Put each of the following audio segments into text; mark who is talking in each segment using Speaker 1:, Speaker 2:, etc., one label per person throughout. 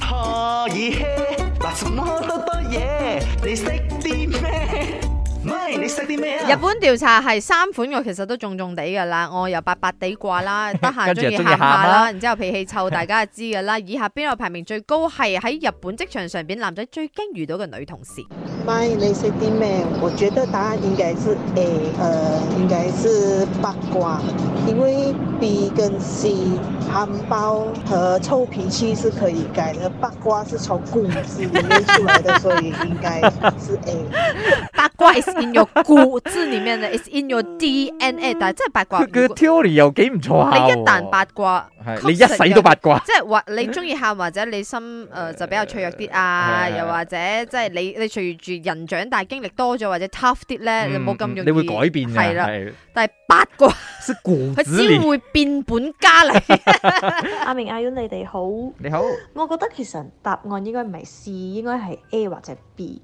Speaker 1: 我已 hea，嗱什麼都多嘢，你識啲咩？咪你識啲咩啊？
Speaker 2: 日本調查係三款，我其實都中中地㗎啦。我又白白地掛 啦，得閒
Speaker 3: 跟住
Speaker 2: 中意
Speaker 3: 又鍾意
Speaker 2: 喊下
Speaker 3: 喊
Speaker 2: 啦，
Speaker 3: 啦
Speaker 2: 然之後脾氣臭，大家就知㗎啦。以下邊個排名最高係喺日本職場上邊男仔最驚遇到嘅女同事？
Speaker 4: My l a c y d man，我觉得答案应该是 A，呃，应该是八卦，因为 B 跟 C 憨包和臭脾气是可以改的，八卦是从骨子里面出来的，所以应该是 A。
Speaker 2: 八卦 is in your 骨子裡面嘅，is in your DNA，但係真係八卦。
Speaker 3: 佢佢
Speaker 2: 如
Speaker 3: 嘅
Speaker 2: 果
Speaker 3: theory 又幾唔錯下
Speaker 2: 你
Speaker 3: 喎。
Speaker 2: 一旦八卦，
Speaker 3: 係，你一世都八卦。
Speaker 2: 即係或你中意喊，或者你心誒、呃就比較脆弱啲啊，
Speaker 3: 係係
Speaker 2: 又或者即係你你隨住人長大經歷多咗，或者 tough 啲咧，你
Speaker 3: 嗯
Speaker 2: 冇咁容易。
Speaker 3: 你會改變嘅。
Speaker 2: 係啦，
Speaker 3: 係
Speaker 2: 但係八 卦
Speaker 3: 是骨
Speaker 2: 佢
Speaker 3: 子
Speaker 2: 先
Speaker 3: 裡。
Speaker 2: 會變本加厲。
Speaker 5: 阿明阿婉，你哋好。我
Speaker 3: 你好，
Speaker 5: 覺得其實答案應該唔係 C，應該係 A 或者 B。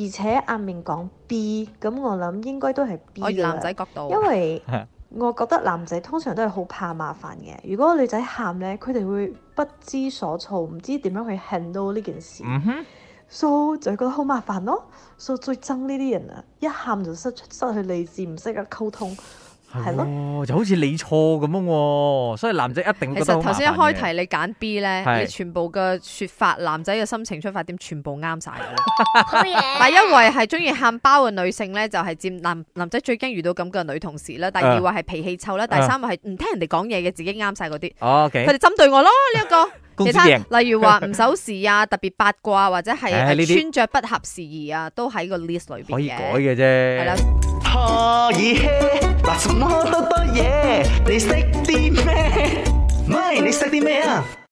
Speaker 5: 而且阿明講 B，咁我諗應該都係 B
Speaker 2: 我以
Speaker 5: 啦
Speaker 2: 哦男仔角度，
Speaker 5: 因為我覺得男仔通常都係好怕麻煩嘅。如果女仔喊呢，佢哋會不知所措，唔知點樣去 handle 呢件事。
Speaker 3: 嗯哼，
Speaker 5: so 就係覺得好麻煩咯。so 最憎呢啲人啊，一喊就失失去理智，唔識得溝通，係咯。
Speaker 3: 係喎，就好似你錯咁樣喎，所以男仔一定
Speaker 2: 其
Speaker 3: 覺得好
Speaker 2: 實頭
Speaker 3: 麻
Speaker 2: 先一開
Speaker 3: 煩嘅
Speaker 2: 題你揀 B 咧，
Speaker 3: 係
Speaker 2: 你全部嘅説法，男仔嘅心情出發點全部啱晒㗎啦。
Speaker 6: 好嘢。
Speaker 2: 第一位係中意喊包嘅女性咧，就係佔男男仔最驚遇到咁嘅女同事啦。第
Speaker 3: 啊
Speaker 2: 二位係脾氣臭啦，第三位係唔聽人哋講嘢嘅，自己啱晒嗰啲。
Speaker 3: ，OK，
Speaker 2: 佢哋針對我咯呢一個。
Speaker 3: 公
Speaker 2: 其
Speaker 3: 司
Speaker 2: 他
Speaker 3: 贏，
Speaker 2: 例如話唔守時啊，特別八卦或者係
Speaker 3: 唉呢啲
Speaker 2: 穿着不合時宜啊，都喺個 list 裏邊
Speaker 3: 可以改
Speaker 2: 嘅。
Speaker 3: 嘅
Speaker 2: 係啦
Speaker 3: 啫。，
Speaker 1: 我已 hea，嗱什麼都多嘢，你識啲咩？咪你識啲咩啊？